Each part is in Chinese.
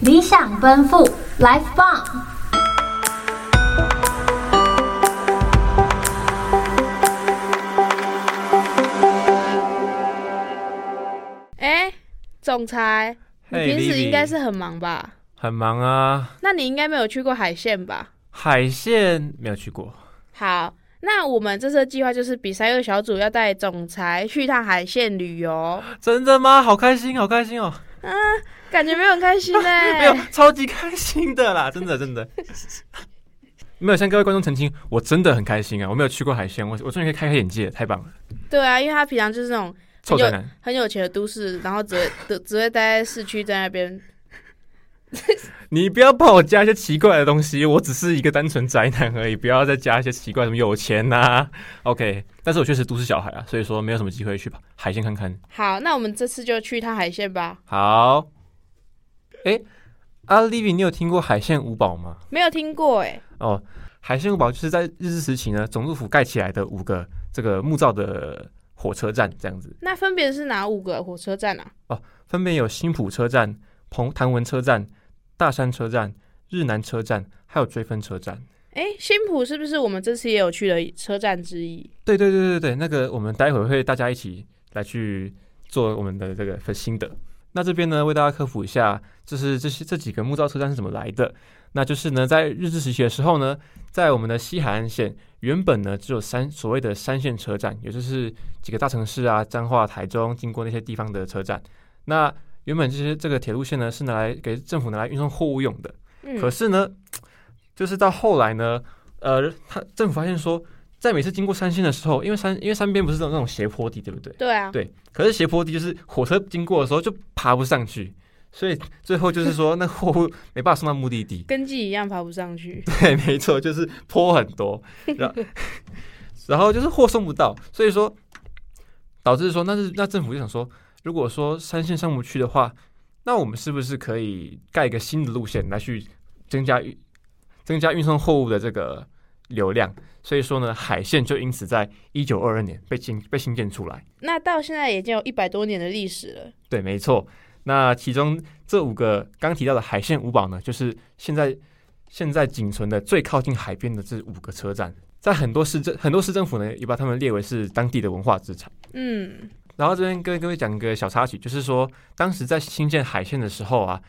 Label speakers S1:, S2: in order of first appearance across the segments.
S1: 理想奔赴，Life 棒。
S2: 哎、总裁，你
S3: 嘿
S2: 平时
S3: Vivi
S2: 应该是很忙吧？
S3: 很忙啊，
S2: 那你应该没有去过海线吧？
S3: 海线没有去过，
S2: 好，那我们这次的计划就是比赛二小组要带总裁去一趟海线旅 游，
S3: 真的吗？好开心，好开心哦！
S2: 感觉没有很开心呢、
S3: 没有，超级开心的啦，真的真的。没有向各位观众澄清，我真的很开心啊！我没有去过海鲜，我我终于可以开开眼界，太棒了！
S2: 对啊，因为他平常就是那种
S3: 臭宅男，
S2: 很有钱的都市，然后只会只只会待在市区，在那边。
S3: 你不要帮我加一些奇怪的东西，我只是一个单纯宅男而已，不要再加一些奇怪什么有钱呐、OK，但是我确实都市小孩啊，所以说没有什么机会去吧海鲜看看。
S2: 好，那我们这次就去一趟海线吧。
S3: 好，哎、阿 Livy，你有听过海鲜五宝吗？
S2: 没有听过哎、
S3: 哦，海鲜五堡就是在日治时期呢，总督府盖起来的五个这个木造的火车站，这样子，
S2: 那分别是哪五个火车站啊？
S3: 分别有新浦车站、彭潭文车站、大山车站、日南车站，还有追分车站。
S2: 哎、新浦是不是我们这次也有去的车站之一？
S3: 对对对对对，那个我们待会儿会大家一起来去做我们的这个分心得。那这边呢，为大家科普一下，就是这些这几个木造车站是怎么来的。那就是呢，在日治时期的时候呢，在我们的西海岸线原本呢只有三所谓的三线车站，也就是几个大城市啊，彰化、台中经过那些地方的车站。那原本这些这个铁路线呢是拿来给政府拿来运送货物用的，
S2: 嗯，
S3: 可是呢，就是到后来呢，呃，他政府发现说，在每次经过山线的时候，因为山因为山边不是那种那种斜坡地，对不对？
S2: 对啊，
S3: 对。可是斜坡地就是火车经过的时候就爬不上去，所以最后就是说那货物没办法送到目的地。
S2: 跟季一样爬不上去。
S3: 对，没错，就是坡很多，然后然后就是货送不到，所以说导致说那是那政府就想说，如果说山线上不去的话，那我们是不是可以盖一个新的路线来去增加运增加运送货物的这个流量？所以说呢，海线就因此在一九二二年被新被新建出来。
S2: 那到现在已经有一百多年的历史了。
S3: 对，没错。那其中这五个刚提到的海线五宝呢，就是现在现在仅存的最靠近海边的这五个车站，在很多市政很多市政府呢，也把它们列为是当地的文化资产。
S2: 嗯，
S3: 然后这边跟各位讲个小插曲，就是说当时在新建海线的时候啊，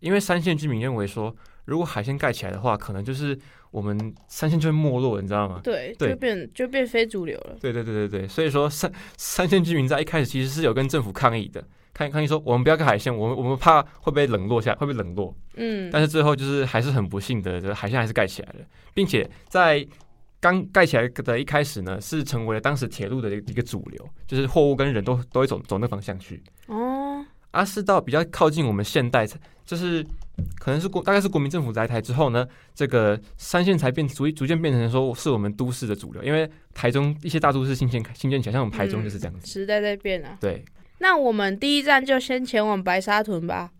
S3: 因为三线居民认为说，如果海线盖起来的话，可能就是我们三线就会没落，你知道吗？
S2: 对，
S3: 对
S2: 就变就变非主流了。
S3: 对对对对对，所以说三三线居民在一开始其实是有跟政府抗议的，抗抗议说我们不要盖海线，我们我们怕会被冷落下，会被冷落。
S2: 嗯，
S3: 但是最后就是还是很不幸的，这海线还是盖起来了，并且在刚盖起来的一开始呢，是成为了当时铁路的一个主流，就是货物跟人都都会走走那方向去。
S2: 哦，
S3: 而啊是到比较靠近我们现代，就是可能是国大概是国民政府来台之后呢，这个三线才变逐逐渐变成说是我们都市的主流，因为台中一些大都市新建新建起来，像我们台中就是这样子。
S2: 时代在变啊。
S3: 对，
S2: 那我们第一站就先前往白沙屯吧。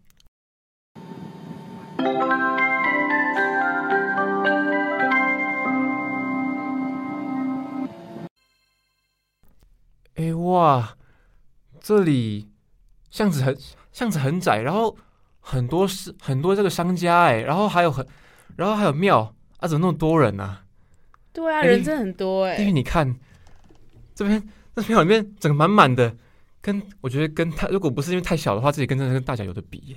S3: 哎、哇，这里巷子很巷子很窄，然后很多是很多这个商家哎、然后还有很然后还有庙啊，怎么那么多人呢、啊？
S2: 对啊，
S3: 哎
S2: 人真的很多哎、
S3: 因为你看这边这庙里面整个满满的，跟我觉得跟它如果不是因为太小的话，这里跟真的跟大甲有的比耶、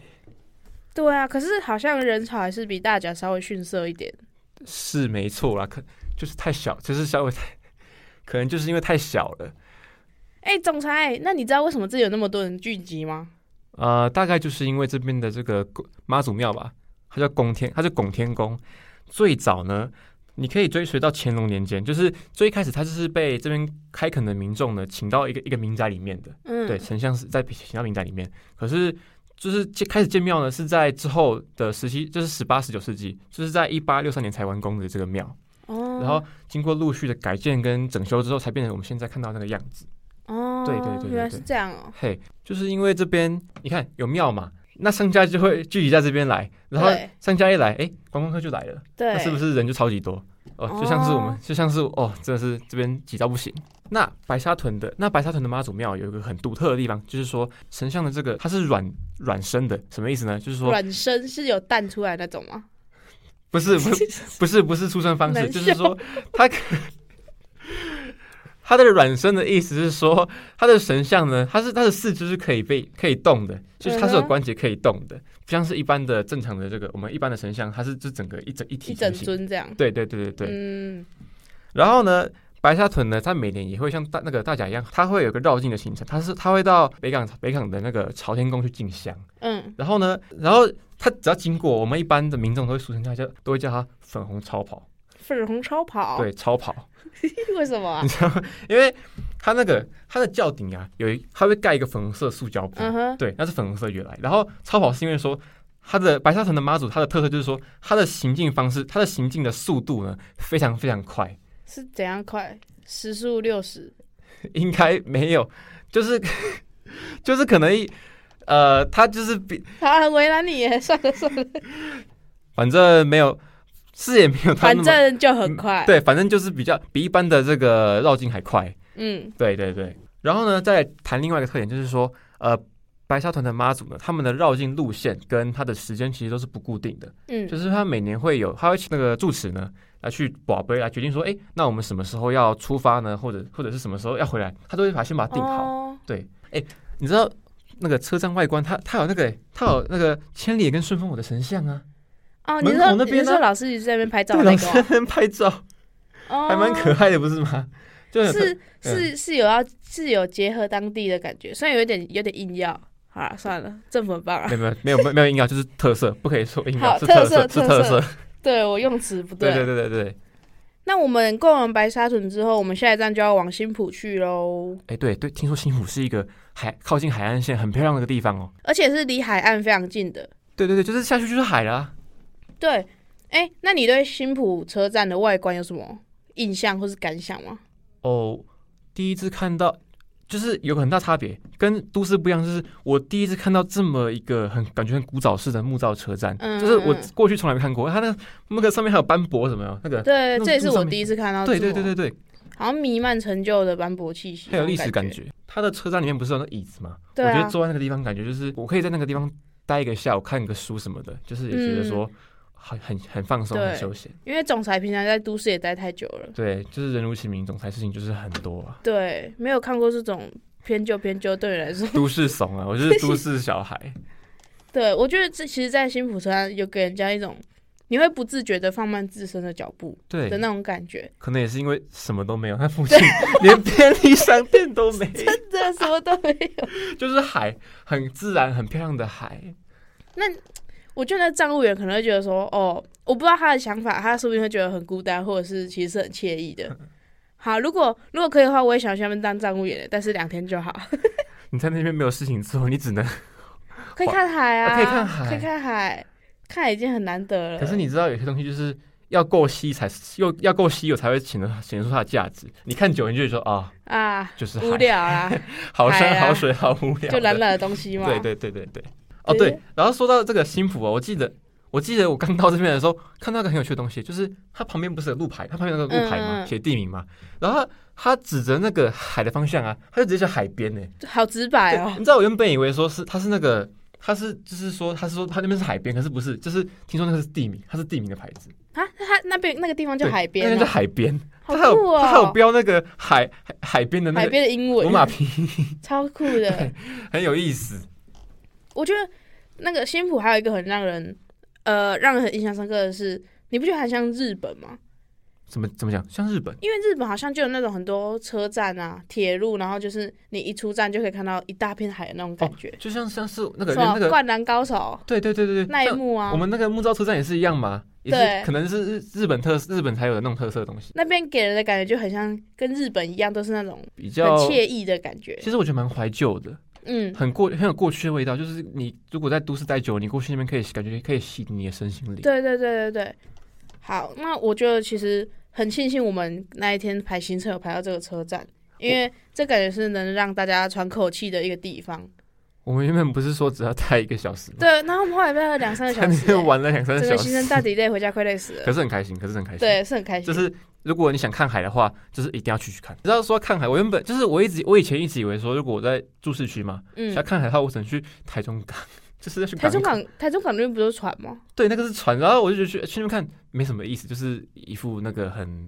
S2: 对啊，可是好像人潮还是比大甲稍微逊色一点。
S3: 是没错啦，可就是太小，就是稍微太，可能就是因为太小了，
S2: 哎、总裁，那你知道为什么这里有那么多人聚集吗？
S3: 呃，大概就是因为这边的这个拱妈祖庙吧，它叫拱天，它叫拱天宫。最早呢，你可以追随到乾隆年间，就是最一开始它就是被这边开垦的民众呢，请到一个一个民宅里面的，
S2: 嗯，
S3: 对，丞相是在请到民宅里面。可是就是建开始建庙呢，是在之后的十七，就是十八、十九世纪，就是在一八六三年才完工的这个庙。
S2: 哦，
S3: 然后经过陆续的改建跟整修之后，才变成我们现在看到那个样子。
S2: 哦，
S3: 对对对对对
S2: 原来是这样哦。
S3: 嘿，就是因为这边你看有庙嘛，那商家就会聚集在这边来，然后
S2: 对
S3: 商家一来，哎，观光客就来了，
S2: 对，
S3: 那是不是人就超级多？哦，就像是我们
S2: 哦，
S3: 就像是哦，真的是这边挤到不行。那白沙屯的那白沙屯的妈祖庙有一个很独特的地方，就是说神像的这个它是软软身的，什么意思呢？就是说
S2: 卵生是有蛋出来那种吗？
S3: 不是不是不是不是出生方式，
S2: 难
S3: 就是说 它可它的软身的意思是说它的神像呢，它是它的四肢是可以被可以动的，就是它是有
S2: 嗯哼
S3: 关节可以动的，不像是一般的正常的这个我们一般的神像，它是就整个一整一 体
S2: 一整
S3: 成型
S2: 尊这样。
S3: 对对对对对，
S2: 嗯，
S3: 然后呢，白沙屯呢，它每年也会像大那个大甲一样，它会有个绕境的行程，它是它会到北港北港的那个朝天宫去进香。
S2: 嗯，
S3: 然后呢，然后它只要经过，我们一般的民众都会俗称它叫都会叫它粉红超跑，
S2: 粉红超跑，
S3: 对，嗯超跑，
S2: 为什么啊？
S3: 因为它那个它的轿顶啊，有一它会盖一个粉红色的塑胶布，
S2: 嗯哼，
S3: 对，那是粉红色原来。然后超跑是因为说。它的白沙屯的妈祖，它的特色就是说，它的行进方式，它的行进的速度呢，非常非常快，
S2: 是怎样快？时速六十，
S3: 应该没有，就是 就是可能一呃，他就是比
S2: 他很为难你耶，算了算了，
S3: 反正没有是也没有他那
S2: 反
S3: 么
S2: 正就很快。，
S3: 对，反正就是比较比一般的这个绕境还快，
S2: 嗯，
S3: 对对对。然后呢，再谈另外一个特点，就是说呃，白沙屯的妈祖呢，他们的绕境路线跟它的时间其实都是不固定的，
S2: 嗯
S3: 就是他每年会有，他会请那个住持呢来去宝贝来决定说，哎，那我们什么时候要出发呢？或者或者是什么时候要回来，他都会把先把它定好。
S2: 哦，
S3: 对，哎，你知道那个车站外观，它它有那个欸，它有那个千里眼跟顺风耳的神像啊，
S2: 哦，
S3: 门
S2: 你
S3: 口
S2: 说
S3: 那
S2: 你
S3: 边
S2: 是说
S3: 呢
S2: 老师一直在那边拍照
S3: 对，
S2: 的
S3: 老
S2: 那
S3: 师
S2: 个
S3: 在
S2: 吗，
S3: 那边拍照，
S2: 哦
S3: 还蛮可爱嗯的，不是吗？就很
S2: 是是是有要是有结合当地的感觉，虽然有点有点硬要，好啦，算
S3: 嗯
S2: 了，政府很棒啊
S3: 没。有没有没有没有没有硬要，就是特色，不可以说硬要，
S2: 好
S3: 是
S2: 特
S3: 色
S2: 色
S3: 是
S2: 特
S3: 特
S2: 色
S3: 色，
S2: 对我用词不
S3: 对对对对对，
S2: 那我们逛完白沙屯之后，我们下一站就要往新浦去喽，
S3: 哎对对，听说新浦是一个海靠近海岸线很漂亮的一个地方哦，
S2: 而且是离海岸非常近的。
S3: 对对对，就是下去就是海了啊。
S2: 对，哎、那你对新浦车站的外观有什么印象或是感想吗？
S3: 哦，第一次看到。就是有很大差别，跟都市不一样。就是我第一次看到这么一个很感觉很古早式的木造车站，
S2: 嗯
S3: 就是我
S2: 嗯嗯
S3: 过去从来没看过。它那个那个上面还有斑驳什么的，那个
S2: 对，
S3: 那
S2: 这也是
S3: 路上
S2: 我
S3: 面
S2: 第一次看到，
S3: 对对对，对对，
S2: 好像弥漫陈旧的斑驳气息，
S3: 很有历史
S2: 感
S3: 感。觉。它的车站里面不是有那椅子吗？
S2: 对
S3: 我觉
S2: 啊
S3: 得，坐在那个地方，感觉就是我可以在那个地方待一个下午，看个书什么的，就是也觉得说很很很放松，
S2: 对
S3: 很休闲。
S2: 因为总裁平常在都市也待太久了，
S3: 对，就是人如其名，总裁事情就是很多啊。
S2: 对，没有看过这种偏旧偏旧，对你来说，
S3: 都市怂啊，我就是都市小孩。
S2: 对我觉得这其实，在新浦车站有给人家一种你会不自觉的放慢自身的脚步
S3: 对
S2: 的，那种感觉。
S3: 可能也是因为什么都没有，它附近 连便利商店都没，
S2: 这什么都没有。
S3: 就是海，很自然、很漂亮的海。
S2: 我觉得那站务员可能会觉得说，哦，我不知道他的想法，他说不定会觉得很孤单，或者是其实是很惬意 的。好，如果如果可以的话，我也想去那边当站务员，但是两天就好，
S3: 你在那边没有事情做，你只能……
S2: 可以看海啊，
S3: 哦可以看海
S2: 可以看海，看海已经很难得了。
S3: 可是你知道，有些东西就是要够稀才又要够稀有才会显得显示出它的价值。你看久，你就会说啊，
S2: 啊，
S3: 就是
S2: 无
S3: 海，
S2: 聊 啦，
S3: 好山
S2: 海啊
S3: 好水好无聊的，
S2: 就冷冷的东西嘛。
S3: 对对对对对。哦
S2: 对
S3: 对，然后说到这个新浦哦，我记得我记得我刚到这边的时候，看到一个很有趣的东西，就是它旁边不是有路牌，它旁边有个路牌
S2: 嗯
S3: 嘛，
S2: 嗯
S3: 写地名嘛，然后它指着那个海的方向啊，它就直接写海边呢。
S2: 好直白
S3: 对
S2: 哦
S3: 你。知道我原本以为说是它是那个。它是，就是说，它是说它那边是海边，可是不是，就是听说那个是地名，它是地名的牌子，
S2: 啊，他那边那个地方叫
S3: 对
S2: 海
S3: 那
S2: 边
S3: 边叫
S2: 哦，
S3: 海边，
S2: 好
S3: 它还有
S2: 酷
S3: 它还有
S2: 哦。
S3: 标那个海海海边的那
S2: 海
S3: 个
S2: 边的英
S3: 罗
S2: 文
S3: 马拼，
S2: 超酷 的。
S3: 很有意思。
S2: 我觉得那个新浦还有一个很让人呃让人很印象深刻的是，你不觉得很像日本吗？
S3: 怎么怎么讲？像日本
S2: 因为日本好像就有那种很多车站啊、铁路，然后就是你一出站就可以看到一大片海的那种感觉。
S3: 就像像是那个
S2: 什么、
S3: 哦那个
S2: 灌篮高手
S3: 对对对对对，
S2: 那一
S3: 像
S2: 幕啊
S3: 我，们那个木造车站也是一样嘛，也
S2: 对
S3: 是可能是日日本特日本才有的那种特色的东西，
S2: 那边给人的感觉就很像跟日本一样，都是那种
S3: 比
S2: 很
S3: 较
S2: 惬意的感觉。
S3: 其实我觉得蛮怀旧的，
S2: 嗯，
S3: 很过很有过去的味道。就是你如果在都市待久了，你过去那边可以感觉可以吸引你的身心灵。
S2: 对对对对对。好，那我觉得其实很庆幸我们那一天排行程有排到这个车站，因为这感觉是能让大家喘口气的一个地方。
S3: 我们原本不是说只要待一个小时吗？
S2: 对，然后我们后来被了两 三个
S3: 在
S2: 小
S3: 那
S2: 时、
S3: 边
S2: 欸，
S3: 玩了两三
S2: 整
S3: 个小
S2: 个行
S3: 时
S2: 程，大底累，回家快累死
S3: 可
S2: 了。
S3: 是很开心，可是很开心。
S2: 对，是很开心。
S3: 就是如果你想看海的话，就是一定要去去看。你知道说看海，我原本就是我一直我以前一直以为说，如果我在住市区嘛，
S2: 嗯
S3: 想，看海的话，我只能去台中港， 就是要去
S2: 台中
S3: 港
S2: 港，台中港那边不是船吗？
S3: 对，那个是船，然后我就觉得去去那边看没什么意思，就是一副那个很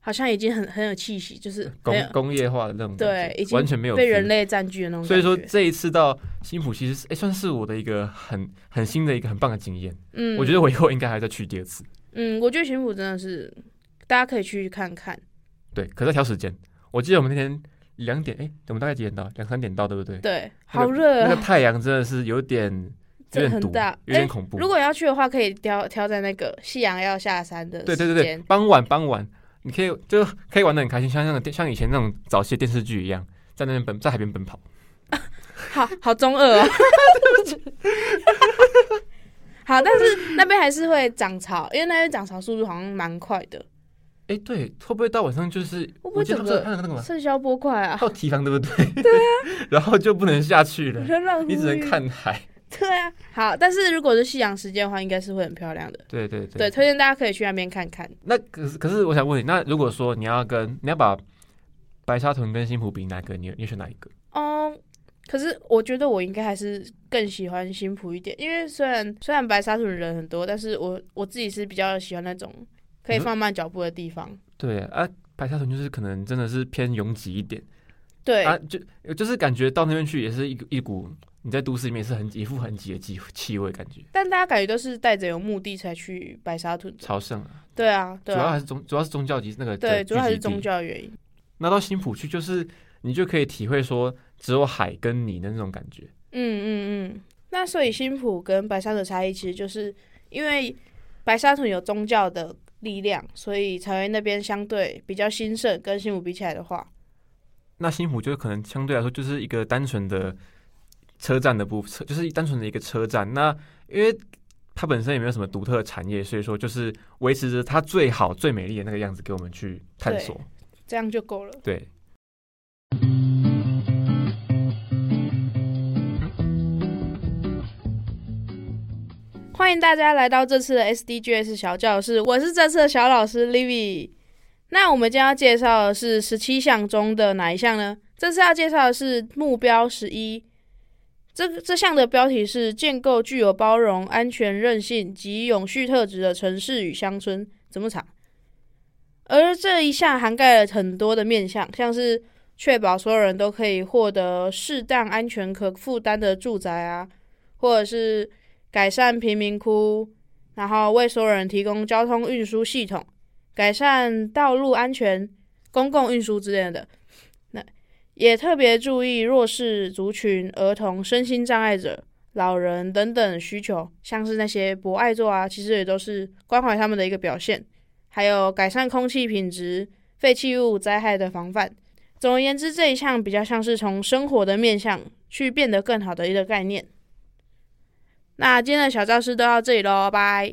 S2: 好像已经很很有气息，就是
S3: 工
S2: 没有
S3: 工业化的那种感觉，
S2: 对已经
S3: 完全没有
S2: 被
S3: feel
S2: 人类占据的那种感
S3: 所以
S2: 觉。
S3: 说这一次到新浦，其实哎、诶算是我的一个很很新的一个很棒的经验。
S2: 嗯，
S3: 我觉得我以后应该还再去第二次。
S2: 嗯，我觉得巡抚真的是大家可以去看看。
S3: 对，可是要调时间。我记得我们那天两点，哎、我们大概几点到？两三点到，对不对？
S2: 对，
S3: 那个
S2: 好热、
S3: 那
S2: 啊，
S3: 个太阳真的是有点有
S2: 这个
S3: 点毒
S2: 很大，，
S3: 有点
S2: 哎
S3: 恐怖。
S2: 如果要去的话，可以挑挑在那个夕阳要下山的时
S3: 对
S2: 间。
S3: 对对对，傍晚傍晚，你可以就可以玩的很开心，像那种像以前那种早期的电视剧一样，在那边奔在海边奔跑。
S2: 好 好中二 哦。好，但是那边还是会涨潮，因为那边涨潮速度好像蛮快的，
S3: 哎、对，会不会到晚上就是？
S2: 不会
S3: 我记得他
S2: 整
S3: 们说
S2: 个
S3: 他那个嘛，
S2: 盛销波快啊
S3: 还，有提防，对不对？ 对啊。 然后就不能下去了，
S2: 人浪
S3: 嗯你只能
S2: 呼吁。
S3: 看海。
S2: 对啊，好，但是如果是夕阳时间的话，应该是会很漂亮的。
S3: 对对
S2: 对，
S3: 对。
S2: 推荐大家可以去那边看看。
S3: 那可是可是，我想问你，那如果说你要跟你要把白沙屯跟新浦比，哪个你你选哪一个？
S2: 哦、可是我觉得我应该还是更喜欢新浦一点，因为虽然虽然白沙屯人很多，但是我我自己是比较喜欢那种可以
S3: 嗯
S2: 放慢脚步的地方。
S3: 对啊，白沙屯就是可能真的是偏拥挤一点
S2: 对，
S3: 啊，就就是感觉到那边去也是一股一股你在都市里面也是很一副很挤的气气味，感觉
S2: 但大家感觉都是带着有目的才去白沙屯的。
S3: 朝圣啊，
S2: 对啊，
S3: 主
S2: 对
S3: 要还
S2: 啊，
S3: 是宗主要是宗教集那个
S2: 对，主要还是宗
S3: 宗教。
S2: 教原因。
S3: 那到新浦去就是你就可以体会说只有海跟你的那种感觉，
S2: 嗯嗯嗯。那所以新浦跟白沙屯的差异，其实就是因为白沙屯有宗教的力量，所以才会那边相对比较兴盛。跟新浦比起来的话，
S3: 那新浦就可能相对来说就是一个单纯的车站的部车，就是单纯的一个车站。那因为它本身也没有什么独特的产业，所以说就是维持着它最好、最美丽的那个样子给我们去探索。
S2: 这样就够了。
S3: 对。
S2: 欢迎大家来到这次的 SDGs 小教室，我是这次的小老师 Livy。那我们今天要介绍的是十七项中的哪一项呢？这次要介绍的是目标十一。这个这项的标题是“建构具有包容、安全、韧性及永续特质的城市与乡村”，怎么长？而这一项涵盖了很多的面向，像是确保所有人都可以获得适当、安全、可负担的住宅啊，或者是改善贫民窟，然后为所有人提供交通运输系统，改善道路安全、公共运输之类的。那也特别注意弱势族群、儿童、身心障碍者、老人等等需求，像是那些博爱座啊，其实也都是关怀他们的一个表现。还有改善空气品质、废弃物灾害的防范。总而言之，这一项比较像是从生活的面向去变得更好的一个概念。那今天的小教室都到这里喽，拜。